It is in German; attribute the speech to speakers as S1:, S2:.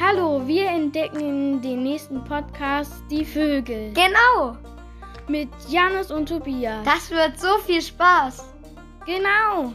S1: Hallo, wir entdecken in dem nächsten Podcast die Vögel
S2: Genau.
S1: mit Janus und Tobias.
S2: Das wird so viel Spaß.
S1: genau.